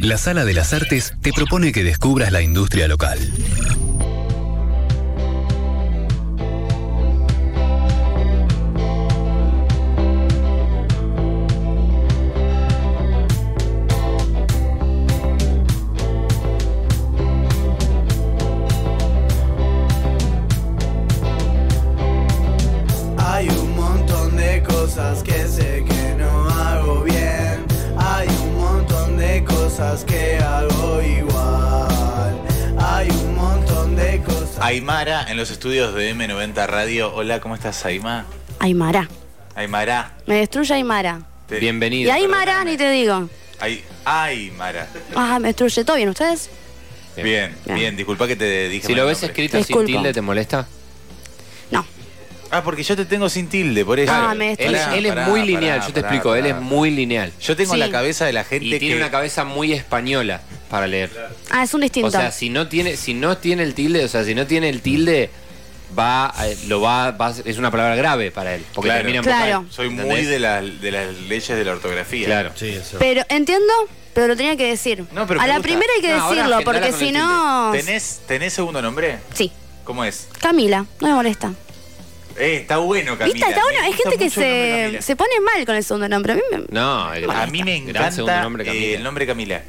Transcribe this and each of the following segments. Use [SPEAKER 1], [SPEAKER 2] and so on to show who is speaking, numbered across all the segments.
[SPEAKER 1] la Sala de las Artes te propone que descubras la industria local.
[SPEAKER 2] Hay un montón de cosas que sé que no hago bien. Hay un montón de cosas que hago igual. Hay un montón de cosas.
[SPEAKER 3] Aymara en los estudios de M90 Radio. Hola, ¿cómo estás, Aymara?
[SPEAKER 4] Aymara.
[SPEAKER 3] Aymara.
[SPEAKER 4] Me destruye Aymara.
[SPEAKER 3] te-
[SPEAKER 4] Y
[SPEAKER 5] Bienvenido.
[SPEAKER 4] Aymara ni te digo.
[SPEAKER 3] Ay, Aymara.
[SPEAKER 4] Ah, me destruye. ¿Todo bien ustedes?
[SPEAKER 3] Bien,
[SPEAKER 4] Bien.
[SPEAKER 3] bien, disculpa que te dije.
[SPEAKER 5] Si
[SPEAKER 3] mal
[SPEAKER 5] lo ves
[SPEAKER 3] nombre.
[SPEAKER 5] escrito sin
[SPEAKER 4] Disculpa.
[SPEAKER 5] tilde, ¿te molesta?
[SPEAKER 4] Ah, No.
[SPEAKER 3] Ah, porque yo te tengo sin tilde, por eso.
[SPEAKER 4] Ah, me
[SPEAKER 5] Él,
[SPEAKER 4] destruye.
[SPEAKER 3] Pará,
[SPEAKER 5] él es
[SPEAKER 3] pará,
[SPEAKER 5] muy lineal,
[SPEAKER 3] pará,
[SPEAKER 5] yo te
[SPEAKER 3] pará,
[SPEAKER 5] explico, él
[SPEAKER 3] pará.
[SPEAKER 5] es muy lineal.
[SPEAKER 3] Yo tengo la
[SPEAKER 4] Sí.
[SPEAKER 3] cabeza de la gente
[SPEAKER 5] Y tiene
[SPEAKER 3] que.
[SPEAKER 5] una cabeza muy española para leer.
[SPEAKER 4] Ah, es un distinto.
[SPEAKER 5] O sea, si no tiene, si no tiene el tilde, o sea, si no tiene el tilde, va, a- lo va, va a- es una palabra grave para él, porque
[SPEAKER 3] Claro.
[SPEAKER 5] termina en
[SPEAKER 4] Claro.
[SPEAKER 5] vocal,
[SPEAKER 3] Soy muy
[SPEAKER 5] ¿entendés?
[SPEAKER 3] de, las- de las leyes de la ortografía.
[SPEAKER 5] Claro.
[SPEAKER 6] Sí, eso.
[SPEAKER 4] Pero entiendo, pero lo tenía que decir.
[SPEAKER 3] No, pero
[SPEAKER 4] a
[SPEAKER 3] me
[SPEAKER 4] la
[SPEAKER 3] gusta.
[SPEAKER 4] primera hay que
[SPEAKER 5] No, ahora
[SPEAKER 4] decirlo,
[SPEAKER 5] agendala
[SPEAKER 4] porque
[SPEAKER 5] con
[SPEAKER 4] si
[SPEAKER 5] el
[SPEAKER 4] no.
[SPEAKER 3] ¿Tenés, ¿Tenés segundo nombre?
[SPEAKER 4] Sí.
[SPEAKER 3] ¿Cómo es?
[SPEAKER 4] Camila, no me molesta.
[SPEAKER 3] Eh, está bueno, Camila.
[SPEAKER 4] ¿Viste? Está
[SPEAKER 3] me
[SPEAKER 4] bueno. Es
[SPEAKER 3] gusta
[SPEAKER 4] gente que
[SPEAKER 3] mucho el nombre
[SPEAKER 4] se,
[SPEAKER 3] Camila.
[SPEAKER 4] se pone mal con el segundo nombre. A mí me,
[SPEAKER 5] No, el-
[SPEAKER 3] A mí me
[SPEAKER 5] gran segundo
[SPEAKER 3] encanta
[SPEAKER 5] nombre,
[SPEAKER 3] eh,
[SPEAKER 5] Camila.
[SPEAKER 3] el nombre Camila.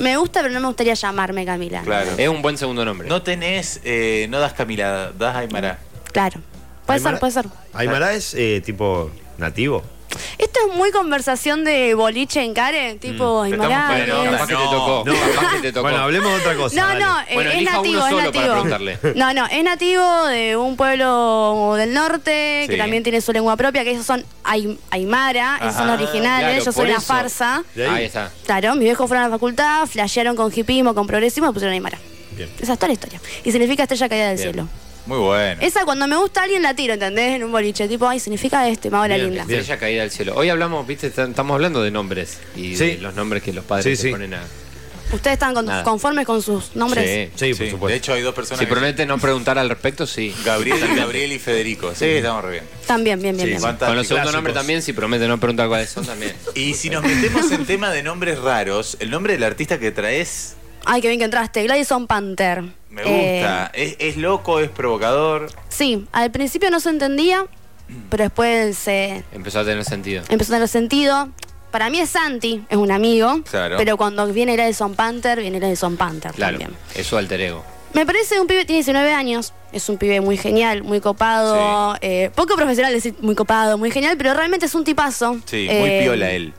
[SPEAKER 4] me gusta, pero no me gustaría llamarme Camila.
[SPEAKER 3] Claro.
[SPEAKER 5] Es un buen segundo nombre.
[SPEAKER 3] Eh, No tenés, eh, no das Camila, das Aymara.
[SPEAKER 4] Claro. Puede ser, puede ser.
[SPEAKER 6] Aymara es eh, tipo nativo.
[SPEAKER 4] Esto es muy conversación de boliche en care, tipo,
[SPEAKER 3] pero
[SPEAKER 4] Aymara,
[SPEAKER 3] estamos-
[SPEAKER 5] bueno,
[SPEAKER 4] ¿qué
[SPEAKER 5] capaz
[SPEAKER 4] es?
[SPEAKER 5] que te tocó.
[SPEAKER 6] No.
[SPEAKER 5] capaz que te tocó.
[SPEAKER 6] Bueno, hablemos de otra cosa.
[SPEAKER 4] No,
[SPEAKER 6] dale.
[SPEAKER 4] no, eh,
[SPEAKER 5] Bueno,
[SPEAKER 4] es
[SPEAKER 5] elija uno
[SPEAKER 4] nativo, es
[SPEAKER 5] solo para
[SPEAKER 4] nativo.
[SPEAKER 5] preguntarle.
[SPEAKER 4] No, no, es nativo de un pueblo del norte que
[SPEAKER 3] Sí.
[SPEAKER 4] también tiene su lengua propia, que esos son ay- Aymara, esos son
[SPEAKER 3] Ajá,
[SPEAKER 4] los originales,
[SPEAKER 5] Claro,
[SPEAKER 4] yo soy
[SPEAKER 5] por
[SPEAKER 4] una
[SPEAKER 5] eso. Ah.
[SPEAKER 4] farsa.
[SPEAKER 6] De ahí.
[SPEAKER 5] Ahí está.
[SPEAKER 4] Claro, mis viejos fueron a la facultad, flashearon con hipismo, con progresismo, me pusieron Aymara.
[SPEAKER 6] Bien.
[SPEAKER 4] Esa es toda la historia. Y significa estrella caída del
[SPEAKER 5] Bien.
[SPEAKER 4] cielo.
[SPEAKER 3] Muy bueno.
[SPEAKER 4] Esa cuando me gusta alguien la tiro, ¿entendés? En un boliche, tipo, ay, significa este, Maura
[SPEAKER 6] Bien,
[SPEAKER 4] linda.
[SPEAKER 6] bien.
[SPEAKER 5] Estrella caída del cielo. Hoy hablamos, viste, Están- estamos hablando de nombres y
[SPEAKER 6] Sí.
[SPEAKER 5] de los nombres que los padres
[SPEAKER 6] Sí,
[SPEAKER 5] se
[SPEAKER 6] sí.
[SPEAKER 5] ponen a.
[SPEAKER 4] ¿Ustedes están con-
[SPEAKER 5] Nada.
[SPEAKER 4] conformes con sus nombres?
[SPEAKER 6] Sí, por supuesto.
[SPEAKER 3] De hecho, hay dos personas.
[SPEAKER 5] Si
[SPEAKER 3] que-
[SPEAKER 5] promete no preguntar al respecto, sí.
[SPEAKER 3] Gabriel, Gabriel y Federico. Sí, estamos re bien.
[SPEAKER 4] También, bien, bien, bien.
[SPEAKER 3] Fantástico.
[SPEAKER 5] Con los segundos
[SPEAKER 6] Clásicos.
[SPEAKER 5] nombres también, si promete no preguntar cuáles son también.
[SPEAKER 3] Y si nos metemos en tema de nombres raros, el nombre del artista que traes
[SPEAKER 4] Ay, qué bien que entraste. Gladison Panther.
[SPEAKER 3] me
[SPEAKER 4] Eh,
[SPEAKER 3] gusta. Es, es loco, es provocador.
[SPEAKER 4] sí, al principio no se entendía, pero después eh,
[SPEAKER 5] Empezó a tener sentido.
[SPEAKER 4] empezó a tener sentido. Para mí es Santi, es un amigo.
[SPEAKER 3] Claro.
[SPEAKER 4] Pero cuando viene Gladison Panther, viene Gladison Panther
[SPEAKER 5] Claro,
[SPEAKER 4] también.
[SPEAKER 5] es su alter ego.
[SPEAKER 4] Me parece un pibe, tiene 19 años, es un pibe muy genial, muy copado, eh, poco profesional decir muy copado, muy genial, pero realmente es un tipazo.
[SPEAKER 3] Sí,
[SPEAKER 4] Eh,
[SPEAKER 3] muy piola él.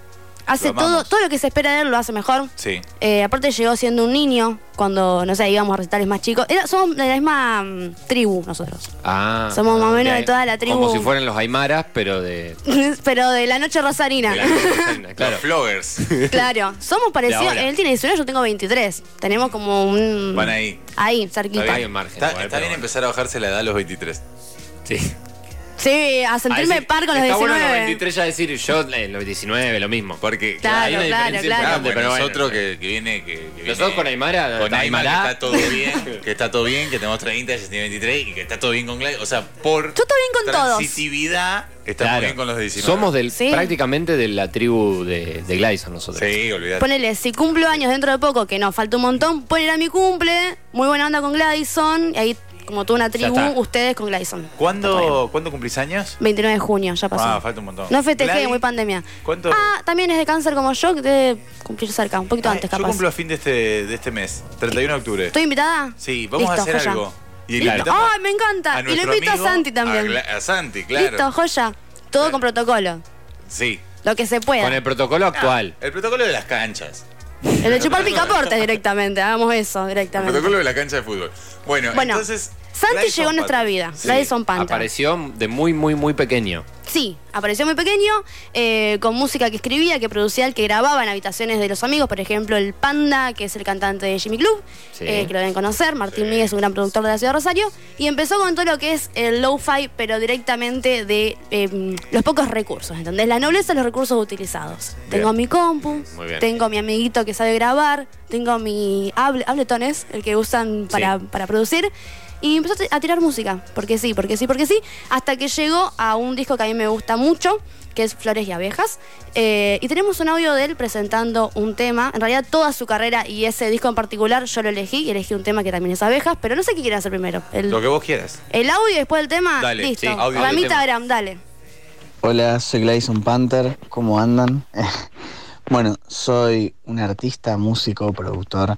[SPEAKER 4] Hace
[SPEAKER 3] Lo
[SPEAKER 4] todo,
[SPEAKER 3] amamos.
[SPEAKER 4] todo lo que se espera de él lo hace mejor.
[SPEAKER 3] Sí.
[SPEAKER 4] Eh, aparte llegó siendo un niño cuando, no sé, íbamos a recitales más chicos. Era- somos de la misma mm, tribu nosotros.
[SPEAKER 5] Ah.
[SPEAKER 4] Somos más o menos
[SPEAKER 5] ahí-
[SPEAKER 4] de toda la tribu.
[SPEAKER 5] Como si fueran los Aymaras, pero de.
[SPEAKER 4] Pero de la noche rosarina.
[SPEAKER 5] de la- claro.
[SPEAKER 3] Los floggers.
[SPEAKER 4] claro. Somos parecidos.
[SPEAKER 5] ahora.
[SPEAKER 4] Él tiene 19, yo tengo 23. Tenemos como un...
[SPEAKER 3] Van ahí.
[SPEAKER 4] Ahí,
[SPEAKER 5] Está
[SPEAKER 4] cerquita.
[SPEAKER 5] bien, margen.
[SPEAKER 3] Está,
[SPEAKER 5] igual,
[SPEAKER 3] está
[SPEAKER 5] pero
[SPEAKER 3] bien
[SPEAKER 5] bueno.
[SPEAKER 3] empezar a bajarse la edad a los 23.
[SPEAKER 5] Sí.
[SPEAKER 4] Sí, a sentirme
[SPEAKER 5] Ahí sí,
[SPEAKER 4] par con los
[SPEAKER 5] está
[SPEAKER 4] 19.
[SPEAKER 5] bueno los 23 ya decir yo eh, los 19, lo mismo.
[SPEAKER 3] Porque
[SPEAKER 4] Claro,
[SPEAKER 5] Hay una
[SPEAKER 4] claro,
[SPEAKER 5] diferencia
[SPEAKER 4] claro.
[SPEAKER 5] importante,
[SPEAKER 3] porque
[SPEAKER 5] pero bueno.
[SPEAKER 3] nosotros que, que viene. Que, que viene-
[SPEAKER 5] Nosotros con Aymara,
[SPEAKER 3] Con Aymara,
[SPEAKER 5] Aymara-
[SPEAKER 3] que está todo bien, que está todo bien, que tenemos 30, ella tiene 23 y que está todo bien con Gladys. O sea, por
[SPEAKER 4] Yo estoy bien con todos.
[SPEAKER 3] transitividad, estamos
[SPEAKER 5] Claro.
[SPEAKER 3] bien con los 19.
[SPEAKER 5] Somos del,
[SPEAKER 4] Sí.
[SPEAKER 5] prácticamente de la tribu de, de Gladys nosotros.
[SPEAKER 3] Sí, olvidate.
[SPEAKER 4] Ponele, si cumplo años dentro de poco, que no, falta un montón, ponele a mi cumple, muy buena onda con Gladison, y ahí como toda una tribu,
[SPEAKER 5] está.
[SPEAKER 4] ustedes con Gladison.
[SPEAKER 3] ¿Cuándo, ¿Cuándo cumplís años?
[SPEAKER 4] 29 de junio, ya pasó.
[SPEAKER 3] Ah, falta un montón.
[SPEAKER 4] No festejé,
[SPEAKER 3] Gladys,
[SPEAKER 4] muy pandemia.
[SPEAKER 3] ¿Cuánto?
[SPEAKER 4] Ah, también es de cáncer como yo, que debe cumplir cerca, un poquito
[SPEAKER 3] Ay,
[SPEAKER 4] antes
[SPEAKER 3] Yo
[SPEAKER 4] capaz.
[SPEAKER 3] cumplo a fin de este, de este mes, 31 de octubre.
[SPEAKER 4] ¿Estoy invitada?
[SPEAKER 3] Sí, vamos a
[SPEAKER 4] Listo,
[SPEAKER 3] hacer
[SPEAKER 4] joya.
[SPEAKER 3] algo. Y
[SPEAKER 4] Listo.
[SPEAKER 3] le invitamos
[SPEAKER 4] Ay, me encanta.
[SPEAKER 3] a
[SPEAKER 4] Y lo
[SPEAKER 3] nuestro
[SPEAKER 4] invito a
[SPEAKER 3] amigo,
[SPEAKER 4] Santi también.
[SPEAKER 3] A, Gla- a Santi, claro.
[SPEAKER 4] Listo, joya. Todo con protocolo,
[SPEAKER 3] Sí.
[SPEAKER 4] lo que se pueda.
[SPEAKER 5] Con el protocolo actual.
[SPEAKER 4] Ah,
[SPEAKER 3] El protocolo de las canchas.
[SPEAKER 4] El de chupar picaportes directamente, hagamos eso
[SPEAKER 3] El
[SPEAKER 4] directamente.
[SPEAKER 3] protocolo de la cancha de fútbol. Bueno,
[SPEAKER 4] Bueno,
[SPEAKER 3] entonces.
[SPEAKER 4] Santi
[SPEAKER 3] Gladys
[SPEAKER 4] llegó a
[SPEAKER 3] Son
[SPEAKER 4] nuestra
[SPEAKER 3] Panther.
[SPEAKER 4] vida,
[SPEAKER 3] Sí.
[SPEAKER 4] Gladison Panther.
[SPEAKER 5] Apareció de muy, muy, muy pequeño.
[SPEAKER 4] Sí, apareció muy pequeño, eh, con música que escribía, que producía, que grababa en habitaciones de los amigos, por ejemplo, el Panda, que es el cantante de Jimmy Club,
[SPEAKER 5] Sí.
[SPEAKER 4] eh, que lo deben conocer, Martín Miguel es un gran productor de la ciudad de Rosario, y empezó con todo lo que es el low-fi, pero directamente de eh, los pocos recursos, ¿entendés? La nobleza de los recursos utilizados. Tengo mi compu,
[SPEAKER 3] Muy bien.
[SPEAKER 4] tengo mi amiguito que sabe grabar, tengo mi hable, habletones, el que usan para,
[SPEAKER 5] Sí.
[SPEAKER 4] para producir. Y empezó a ti- a tirar música, porque sí, porque sí, porque sí, hasta que llegó a un disco que a mí me gusta mucho, que es Flores y Abejas. Eh, y tenemos un audio de él presentando un tema. En realidad, toda su carrera y ese disco en particular yo lo elegí y elegí un tema que también es Abejas, pero no sé qué quiere hacer primero. El,
[SPEAKER 3] Lo que vos quieras.
[SPEAKER 4] el audio y después el tema.
[SPEAKER 3] Dale,
[SPEAKER 4] listo.
[SPEAKER 3] sí, audio y
[SPEAKER 4] Ramita
[SPEAKER 3] tema.
[SPEAKER 4] Abraham, dale.
[SPEAKER 7] Hola, soy Glyson Panther, ¿cómo andan? Bueno, soy un artista, músico, productor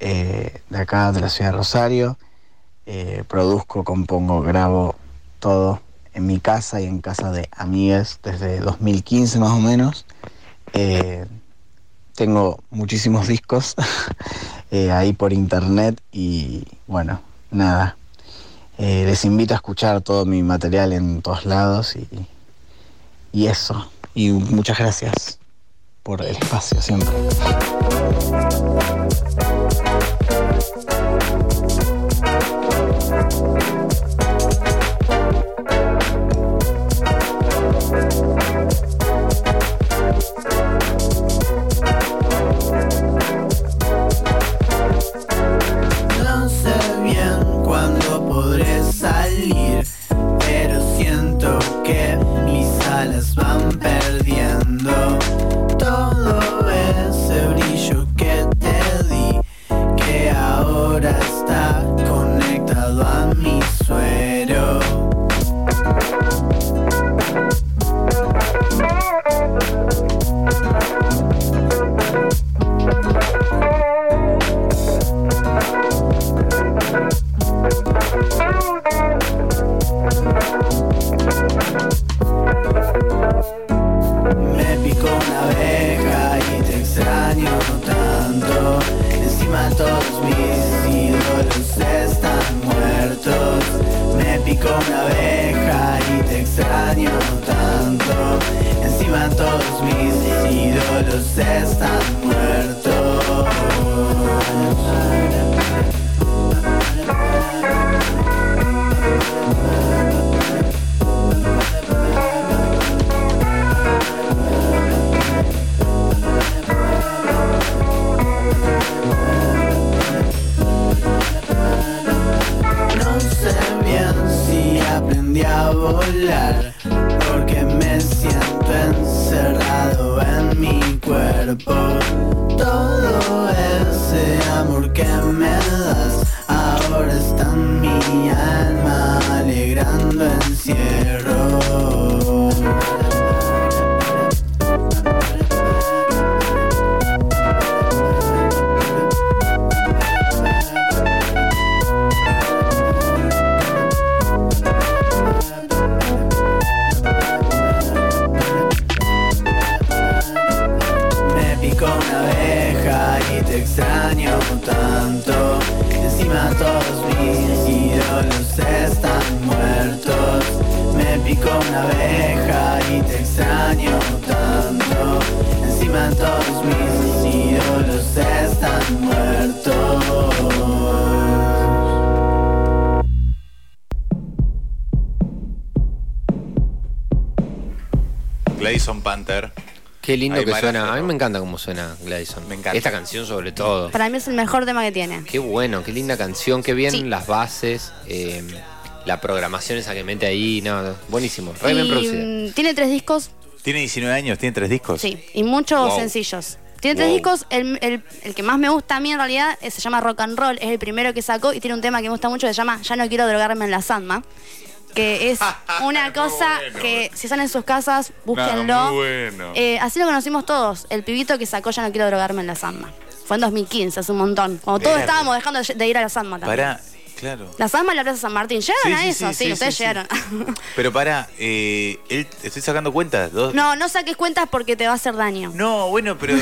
[SPEAKER 7] eh, de acá, de la ciudad de Rosario. Eh, produzco, compongo, grabo todo en mi casa y en casa de amigas desde 2015 más o menos. Eh, tengo muchísimos discos eh, ahí por internet y bueno, nada. Eh, les invito a escuchar todo mi material en todos lados y, y eso. Y muchas gracias por el espacio siempre.
[SPEAKER 2] No sé bien cuándo podré salir, pero siento que mis alas van perdiendo todo ese brillo que te di, que ahora está conectado a mi suero. Me picó una abeja y te extraño tanto. Encima todos mis ídolos están muertos. Me picó una abeja y te extraño tanto. Encima todos mis ídolos están muertos. No sé bien si aprendí a volar Porque me siento encerrado en mi cuerpo Todo ese amor que me das Ahora está en mi alma alegrando encierro Me picó una abeja y te extraño tanto. Encima todos mis ídolos están muertos. Me picó una abeja y te extraño tanto. Encima todos mis ídolos están muertos.
[SPEAKER 3] Gladson Panther.
[SPEAKER 5] Qué lindo
[SPEAKER 3] Ahí
[SPEAKER 5] que
[SPEAKER 3] baraja,
[SPEAKER 5] suena. A mí
[SPEAKER 3] ¿no?
[SPEAKER 5] me encanta cómo suena Gladison.
[SPEAKER 3] Me encanta.
[SPEAKER 5] Esta canción sobre todo.
[SPEAKER 4] Para mí es el mejor tema que tiene.
[SPEAKER 5] Qué bueno, qué linda canción, qué bien
[SPEAKER 4] Sí.
[SPEAKER 5] las bases, eh, la programación esa que mete ahí, no, no, buenísimo, re bien
[SPEAKER 4] Y,
[SPEAKER 5] producida.
[SPEAKER 4] mm, tiene tres discos,
[SPEAKER 3] Tiene 19 años, tiene tres discos.
[SPEAKER 4] sí, y muchos
[SPEAKER 5] Wow.
[SPEAKER 4] sencillos. Tiene tres
[SPEAKER 5] Wow.
[SPEAKER 4] discos, el, el- el que más me gusta a mí en realidad eh, se llama Rock and Roll, es el primero que sacó y tiene un tema que me gusta mucho que se llama Ya no quiero drogarme en la Sandma, que es una
[SPEAKER 3] Muy
[SPEAKER 4] cosa
[SPEAKER 3] bueno.
[SPEAKER 4] que si están en sus casas, búsquenlo.
[SPEAKER 3] No, muy bueno.
[SPEAKER 4] Eh, así lo conocimos todos, el pibito que sacó Ya no quiero drogarme en la Sandma. Fue en 2015, hace un montón, cuando todos
[SPEAKER 3] Mirá.
[SPEAKER 4] estábamos dejando de de ir a la Sandma también.
[SPEAKER 3] Pará, claro.
[SPEAKER 4] La Sandma y la Plaza San Martín,
[SPEAKER 3] Sí,
[SPEAKER 4] ¿llegaron
[SPEAKER 3] sí,
[SPEAKER 4] a eso?
[SPEAKER 3] sí,
[SPEAKER 4] Sí,
[SPEAKER 3] sí,
[SPEAKER 4] ustedes
[SPEAKER 3] sí, sí.
[SPEAKER 4] llegaron.
[SPEAKER 3] Pero pará, eh, él, estoy sacando cuentas. Dos,
[SPEAKER 4] No, no saques cuentas porque te va a hacer daño.
[SPEAKER 3] No, bueno, pero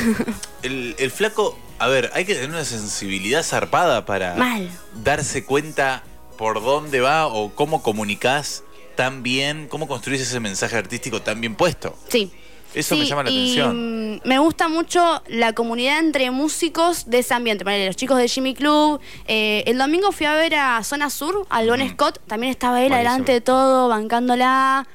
[SPEAKER 3] el, el flaco, a ver, hay que tener una sensibilidad zarpada para
[SPEAKER 4] Mal.
[SPEAKER 3] darse cuenta por dónde va o cómo comunicás tan bien, cómo construís ese mensaje artístico tan bien puesto.
[SPEAKER 4] Sí.
[SPEAKER 3] Eso me
[SPEAKER 4] Sí,
[SPEAKER 3] llama la
[SPEAKER 4] y,
[SPEAKER 3] atención.
[SPEAKER 4] mm, Me gusta mucho la comunidad entre músicos de ese ambiente. Ponele, los chicos de Jimmy Club. eh, el domingo fui a ver a Zona Sur, a Lon Scott. También estaba él
[SPEAKER 5] Buenísimo.
[SPEAKER 4] adelante de todo, bancándola.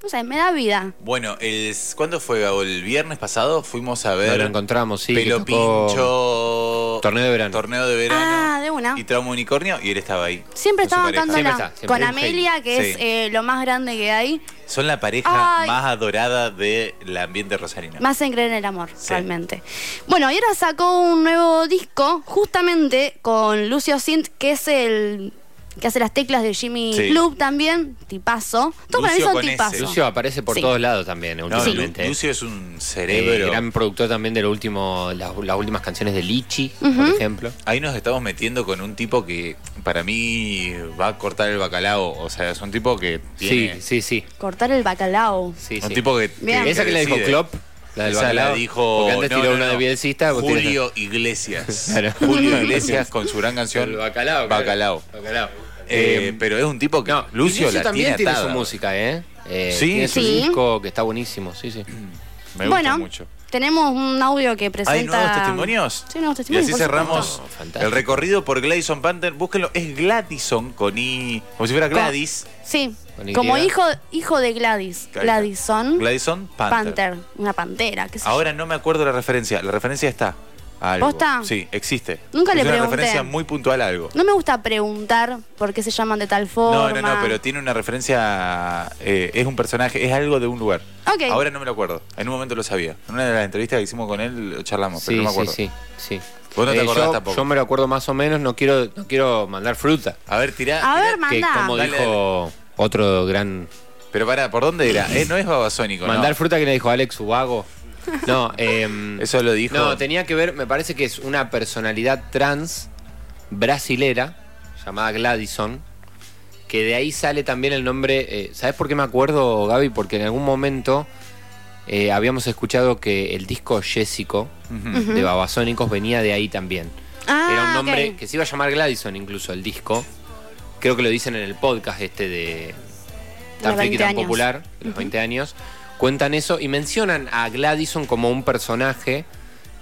[SPEAKER 4] No sé, me da vida.
[SPEAKER 3] Bueno, el, ¿cuándo fue? Gabo? El viernes pasado fuimos a
[SPEAKER 5] Nos
[SPEAKER 3] ver
[SPEAKER 5] lo encontramos, sí. que
[SPEAKER 3] Pelo
[SPEAKER 5] tocó
[SPEAKER 3] Pincho.
[SPEAKER 5] Torneo de verano.
[SPEAKER 3] Torneo de verano.
[SPEAKER 4] Ah, de una.
[SPEAKER 3] y Trauma Unicornio y él estaba ahí.
[SPEAKER 4] Siempre
[SPEAKER 3] con su
[SPEAKER 4] estaba
[SPEAKER 3] pareja.
[SPEAKER 4] cantándola
[SPEAKER 5] Siempre está, siempre.
[SPEAKER 4] con
[SPEAKER 5] Un
[SPEAKER 4] Amelia, que es
[SPEAKER 3] Sí.
[SPEAKER 4] eh, lo más grande que hay.
[SPEAKER 3] Son la pareja
[SPEAKER 4] Ay.
[SPEAKER 3] más adorada del ambiente rosarino.
[SPEAKER 4] Más en creer en el amor,
[SPEAKER 3] Sí.
[SPEAKER 4] realmente. Bueno, y ahora sacó un nuevo disco, justamente con Lucio Sint, que es el que hace las teclas de Jimmy
[SPEAKER 3] Sí.
[SPEAKER 4] Club también, tipazo. Todo para mí
[SPEAKER 3] Lucio
[SPEAKER 4] son
[SPEAKER 3] con S.
[SPEAKER 4] tipazos.
[SPEAKER 5] Lucio aparece por
[SPEAKER 4] Sí.
[SPEAKER 5] todos lados también, eh,
[SPEAKER 3] No, Lu-
[SPEAKER 5] últimamente. eh.
[SPEAKER 3] Lucio es un
[SPEAKER 5] Eh,
[SPEAKER 3] cerebro.
[SPEAKER 5] gran productor también de lo último, las, las últimas canciones de Lichi, por
[SPEAKER 4] Ujú.
[SPEAKER 5] ejemplo.
[SPEAKER 3] Ahí nos estamos metiendo con un tipo que para mí va a cortar el bacalao. O sea, es un tipo que tiene.
[SPEAKER 5] Sí, sí, sí.
[SPEAKER 4] Cortar el bacalao.
[SPEAKER 5] sí,
[SPEAKER 3] Un
[SPEAKER 5] sí.
[SPEAKER 3] tipo que.
[SPEAKER 4] Bien.
[SPEAKER 5] Esa que la dijo
[SPEAKER 3] decide.
[SPEAKER 5] Klopp, la del
[SPEAKER 3] Esa
[SPEAKER 5] bacalao,
[SPEAKER 3] la dijo.
[SPEAKER 5] Porque antes
[SPEAKER 3] no,
[SPEAKER 5] tiró
[SPEAKER 3] no,
[SPEAKER 5] una
[SPEAKER 3] no.
[SPEAKER 5] de bielcista. vos tirás-
[SPEAKER 3] Julio Iglesias.
[SPEAKER 5] Claro.
[SPEAKER 3] Julio Iglesias con su gran
[SPEAKER 5] El
[SPEAKER 3] canción.
[SPEAKER 5] bacalao. claro.
[SPEAKER 3] Bacalao.
[SPEAKER 5] Bacalao.
[SPEAKER 3] Eh,
[SPEAKER 5] Eh,
[SPEAKER 3] pero es un tipo que.
[SPEAKER 5] no,
[SPEAKER 3] Lucio, la
[SPEAKER 5] también tiene,
[SPEAKER 3] atada.
[SPEAKER 5] su música, ¿eh? Eh,
[SPEAKER 3] Sí.
[SPEAKER 5] Tiene su
[SPEAKER 4] Sí.
[SPEAKER 5] disco que está buenísimo, sí, sí.
[SPEAKER 3] Me gusta
[SPEAKER 4] bueno,
[SPEAKER 3] mucho.
[SPEAKER 4] tenemos un audio que presenta.
[SPEAKER 3] ¿Hay nuevos testimonios?
[SPEAKER 4] Sí, nuevos
[SPEAKER 3] Y
[SPEAKER 4] testimonios.
[SPEAKER 3] así
[SPEAKER 4] por
[SPEAKER 3] cerramos
[SPEAKER 4] supuesto.
[SPEAKER 5] No, fantástico.
[SPEAKER 3] el recorrido por Gladison Panther. Búsquenlo, es Gladison con I. Como si fuera Gladys.
[SPEAKER 4] Sí,
[SPEAKER 5] Con Y.
[SPEAKER 4] como hijo, hijo de Gladys.
[SPEAKER 3] Ahí está.
[SPEAKER 4] Gladison.
[SPEAKER 3] Gladison Panther.
[SPEAKER 4] ¿Mm? Panther. Una pantera, qué sé yo.
[SPEAKER 3] Ahora no me acuerdo la referencia. La referencia está. a Algo.
[SPEAKER 4] ¿Posta?
[SPEAKER 3] Sí, existe.
[SPEAKER 4] Nunca
[SPEAKER 3] es
[SPEAKER 4] le
[SPEAKER 3] una
[SPEAKER 4] pregunté.
[SPEAKER 3] referencia muy puntual a algo.
[SPEAKER 4] No me gusta preguntar por qué se llaman de tal
[SPEAKER 3] No,
[SPEAKER 4] forma.
[SPEAKER 3] no, no, pero tiene una referencia. eh, es un personaje, es algo de un lugar.
[SPEAKER 4] Ok.
[SPEAKER 3] Ahora no me lo acuerdo. En un momento lo sabía. En una de las entrevistas que hicimos con él lo charlamos,
[SPEAKER 5] Sí,
[SPEAKER 3] pero no me
[SPEAKER 5] sí,
[SPEAKER 3] acuerdo.
[SPEAKER 5] sí, sí. Eh,
[SPEAKER 3] Vos no te acordás
[SPEAKER 5] yo,
[SPEAKER 3] tampoco.
[SPEAKER 5] Yo me lo acuerdo más o menos, no quiero, no quiero mandar fruta.
[SPEAKER 3] A ver, tirá.
[SPEAKER 4] A
[SPEAKER 3] tirá.
[SPEAKER 4] ver, ma-
[SPEAKER 5] Que
[SPEAKER 4] Mandá.
[SPEAKER 5] como
[SPEAKER 3] Dale,
[SPEAKER 5] dijo otro gran
[SPEAKER 3] Pero pará, ¿por dónde era? Eh, no es babasónico, ¿no?
[SPEAKER 5] Mandar fruta que le dijo Alex Ubago. No, em,
[SPEAKER 3] Eso lo dijo.
[SPEAKER 5] No, tenía que ver, me parece que es una personalidad trans brasilera llamada Gladison, que de ahí sale también el nombre. eh, ¿Sabes por qué me acuerdo, Gaby? Porque en algún momento eh, habíamos escuchado que el disco Jessico
[SPEAKER 3] Ujú.
[SPEAKER 5] de Babasónicos venía de ahí también.
[SPEAKER 4] Ah,
[SPEAKER 5] Era un
[SPEAKER 4] ok.
[SPEAKER 5] nombre que se iba a llamar Gladison incluso el disco. Creo que lo dicen en el podcast este de tan
[SPEAKER 4] Los
[SPEAKER 5] friki
[SPEAKER 4] 20
[SPEAKER 5] tan
[SPEAKER 4] años.
[SPEAKER 5] popular, de los 20 años. Cuentan eso y mencionan a Gladison como un personaje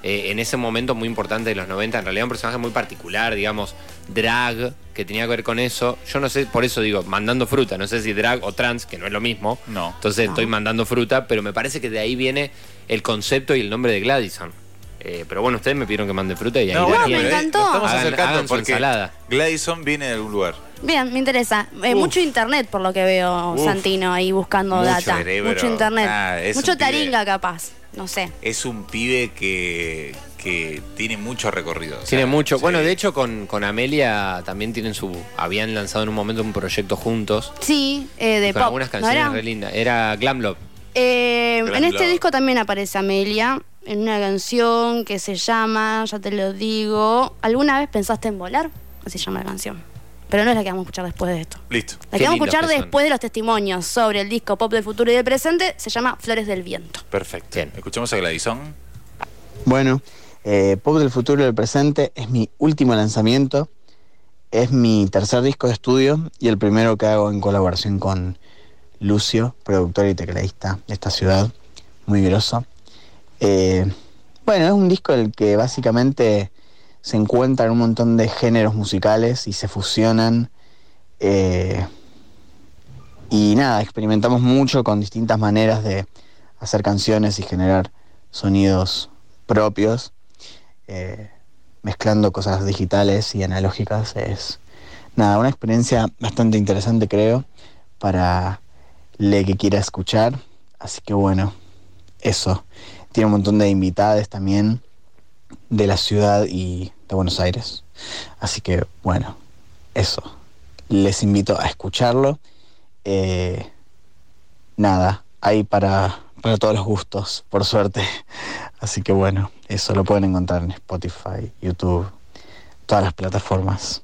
[SPEAKER 5] eh, en ese momento muy importante de los 90. En realidad un personaje muy particular, digamos, drag, que tenía que ver con eso. Yo no sé, por eso digo, mandando fruta. No sé si drag o trans, que no es lo mismo.
[SPEAKER 3] No.
[SPEAKER 5] Entonces estoy mandando fruta, pero me parece que de ahí viene el concepto y el nombre de Gladison. Eh, pero bueno, ustedes me pidieron que mande fruta y ahí
[SPEAKER 3] No,
[SPEAKER 5] la
[SPEAKER 3] bueno,
[SPEAKER 5] tienen.
[SPEAKER 3] pero, eh,
[SPEAKER 4] encantó.
[SPEAKER 3] nos estamos
[SPEAKER 5] Hagan-
[SPEAKER 3] acercando
[SPEAKER 5] hagan su
[SPEAKER 3] porque
[SPEAKER 5] ensalada.
[SPEAKER 3] Gladison viene de algún lugar.
[SPEAKER 4] Bien, me interesa. Eh,
[SPEAKER 3] Uf.
[SPEAKER 4] mucho internet por lo que veo,
[SPEAKER 3] Uf.
[SPEAKER 4] Santino, ahí buscando
[SPEAKER 3] Mucho
[SPEAKER 4] data.
[SPEAKER 3] cerebro.
[SPEAKER 4] Mucho internet.
[SPEAKER 3] Ah, es
[SPEAKER 4] mucho
[SPEAKER 3] un pibe.
[SPEAKER 4] taringa, capaz. No sé.
[SPEAKER 3] Es un pibe que, que tiene mucho recorrido. o sea,
[SPEAKER 5] Tiene mucho.
[SPEAKER 3] sí.
[SPEAKER 5] Bueno, de hecho, con, con Amelia también tienen su. Habían lanzado en un momento un proyecto juntos.
[SPEAKER 4] Sí, eh, de
[SPEAKER 5] con
[SPEAKER 4] pop.
[SPEAKER 5] algunas
[SPEAKER 4] ¿no
[SPEAKER 5] canciones
[SPEAKER 4] era?
[SPEAKER 5] re lindas. Era Glam Love.
[SPEAKER 4] Eh,
[SPEAKER 3] Gran
[SPEAKER 4] en este
[SPEAKER 3] lado.
[SPEAKER 4] disco también aparece Amelia en una canción que se llama, ya te lo digo, ¿alguna vez pensaste en volar? Así se llama la canción. Pero no es la que vamos a escuchar después de esto.
[SPEAKER 3] Listo.
[SPEAKER 4] La que
[SPEAKER 5] Qué
[SPEAKER 4] vamos a
[SPEAKER 5] lindos
[SPEAKER 4] escuchar
[SPEAKER 5] que son.
[SPEAKER 4] después de los testimonios sobre el disco pop del futuro y del presente se llama Flores del Viento.
[SPEAKER 3] Perfecto.
[SPEAKER 5] Bien.
[SPEAKER 3] Escuchamos a Gladison.
[SPEAKER 7] Bueno, eh, Pop del futuro y del presente es mi último lanzamiento. Es mi tercer disco de estudio y el primero que hago en colaboración con Lucio, productor y tecladista de esta ciudad, muy groso. Eh, bueno, es un disco en el que básicamente se encuentran un montón de géneros musicales y se fusionan. eh, y nada, experimentamos mucho con distintas maneras de hacer canciones y generar sonidos propios, eh, mezclando cosas digitales y analógicas. Es nada, una experiencia bastante interesante, creo, para le que quiera escuchar. Así que bueno, eso. Tiene un montón de invitades también de la ciudad y de Buenos Aires. Así que bueno, eso. Les invito a escucharlo. Eh, nada, hay para, para todos los gustos, por suerte. Así que bueno, eso lo pueden encontrar en Spotify, YouTube, todas las plataformas.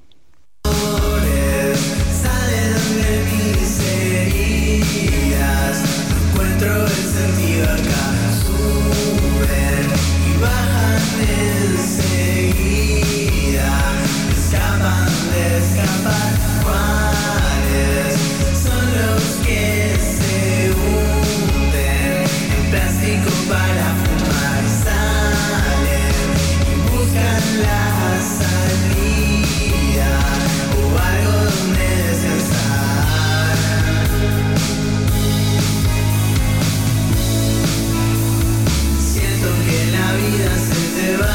[SPEAKER 2] Siento que la vida se te va.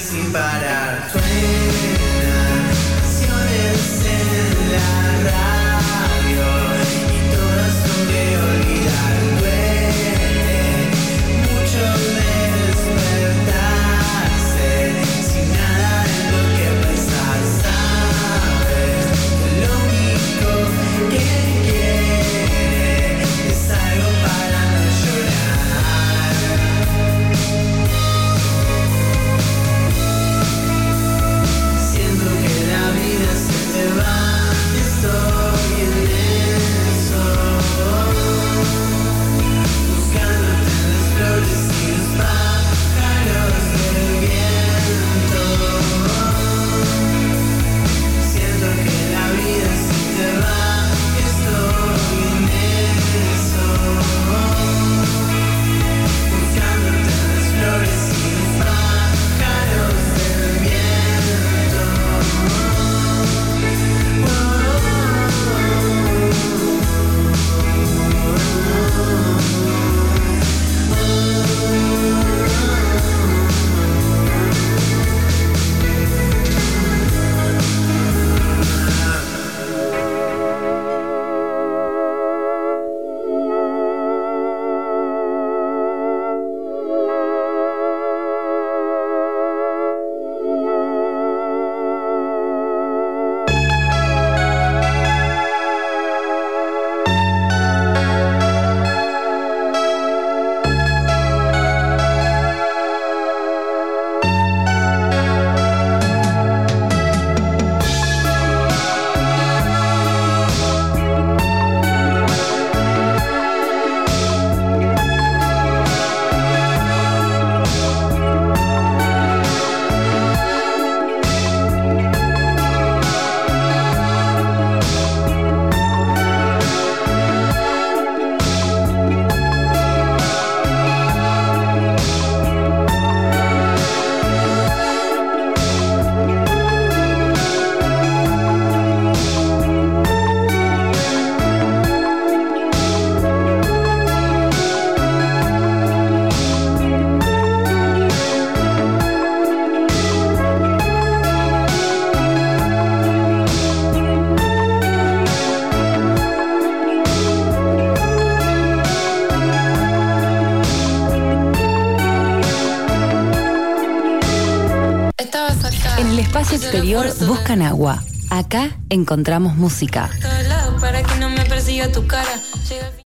[SPEAKER 2] sin parar. Suenan canciones en la radio y todas son de olvidar. Duele mucho despertarse sin nada en lo que pensar. Sabes que lo único que quiere es algo para no llorar. Siento que la vida se te va y estoy en eso Buscándote en las flores y los pájaros del viento Siento que la vida se te va y estoy en eso Buscándote en las flores y los pájaros del viento
[SPEAKER 8] Estaba cerca.
[SPEAKER 9] En el espacio exterior buscan agua. Acá encontramos música.
[SPEAKER 8] Para que no me persiga tu cara. Llega el fin-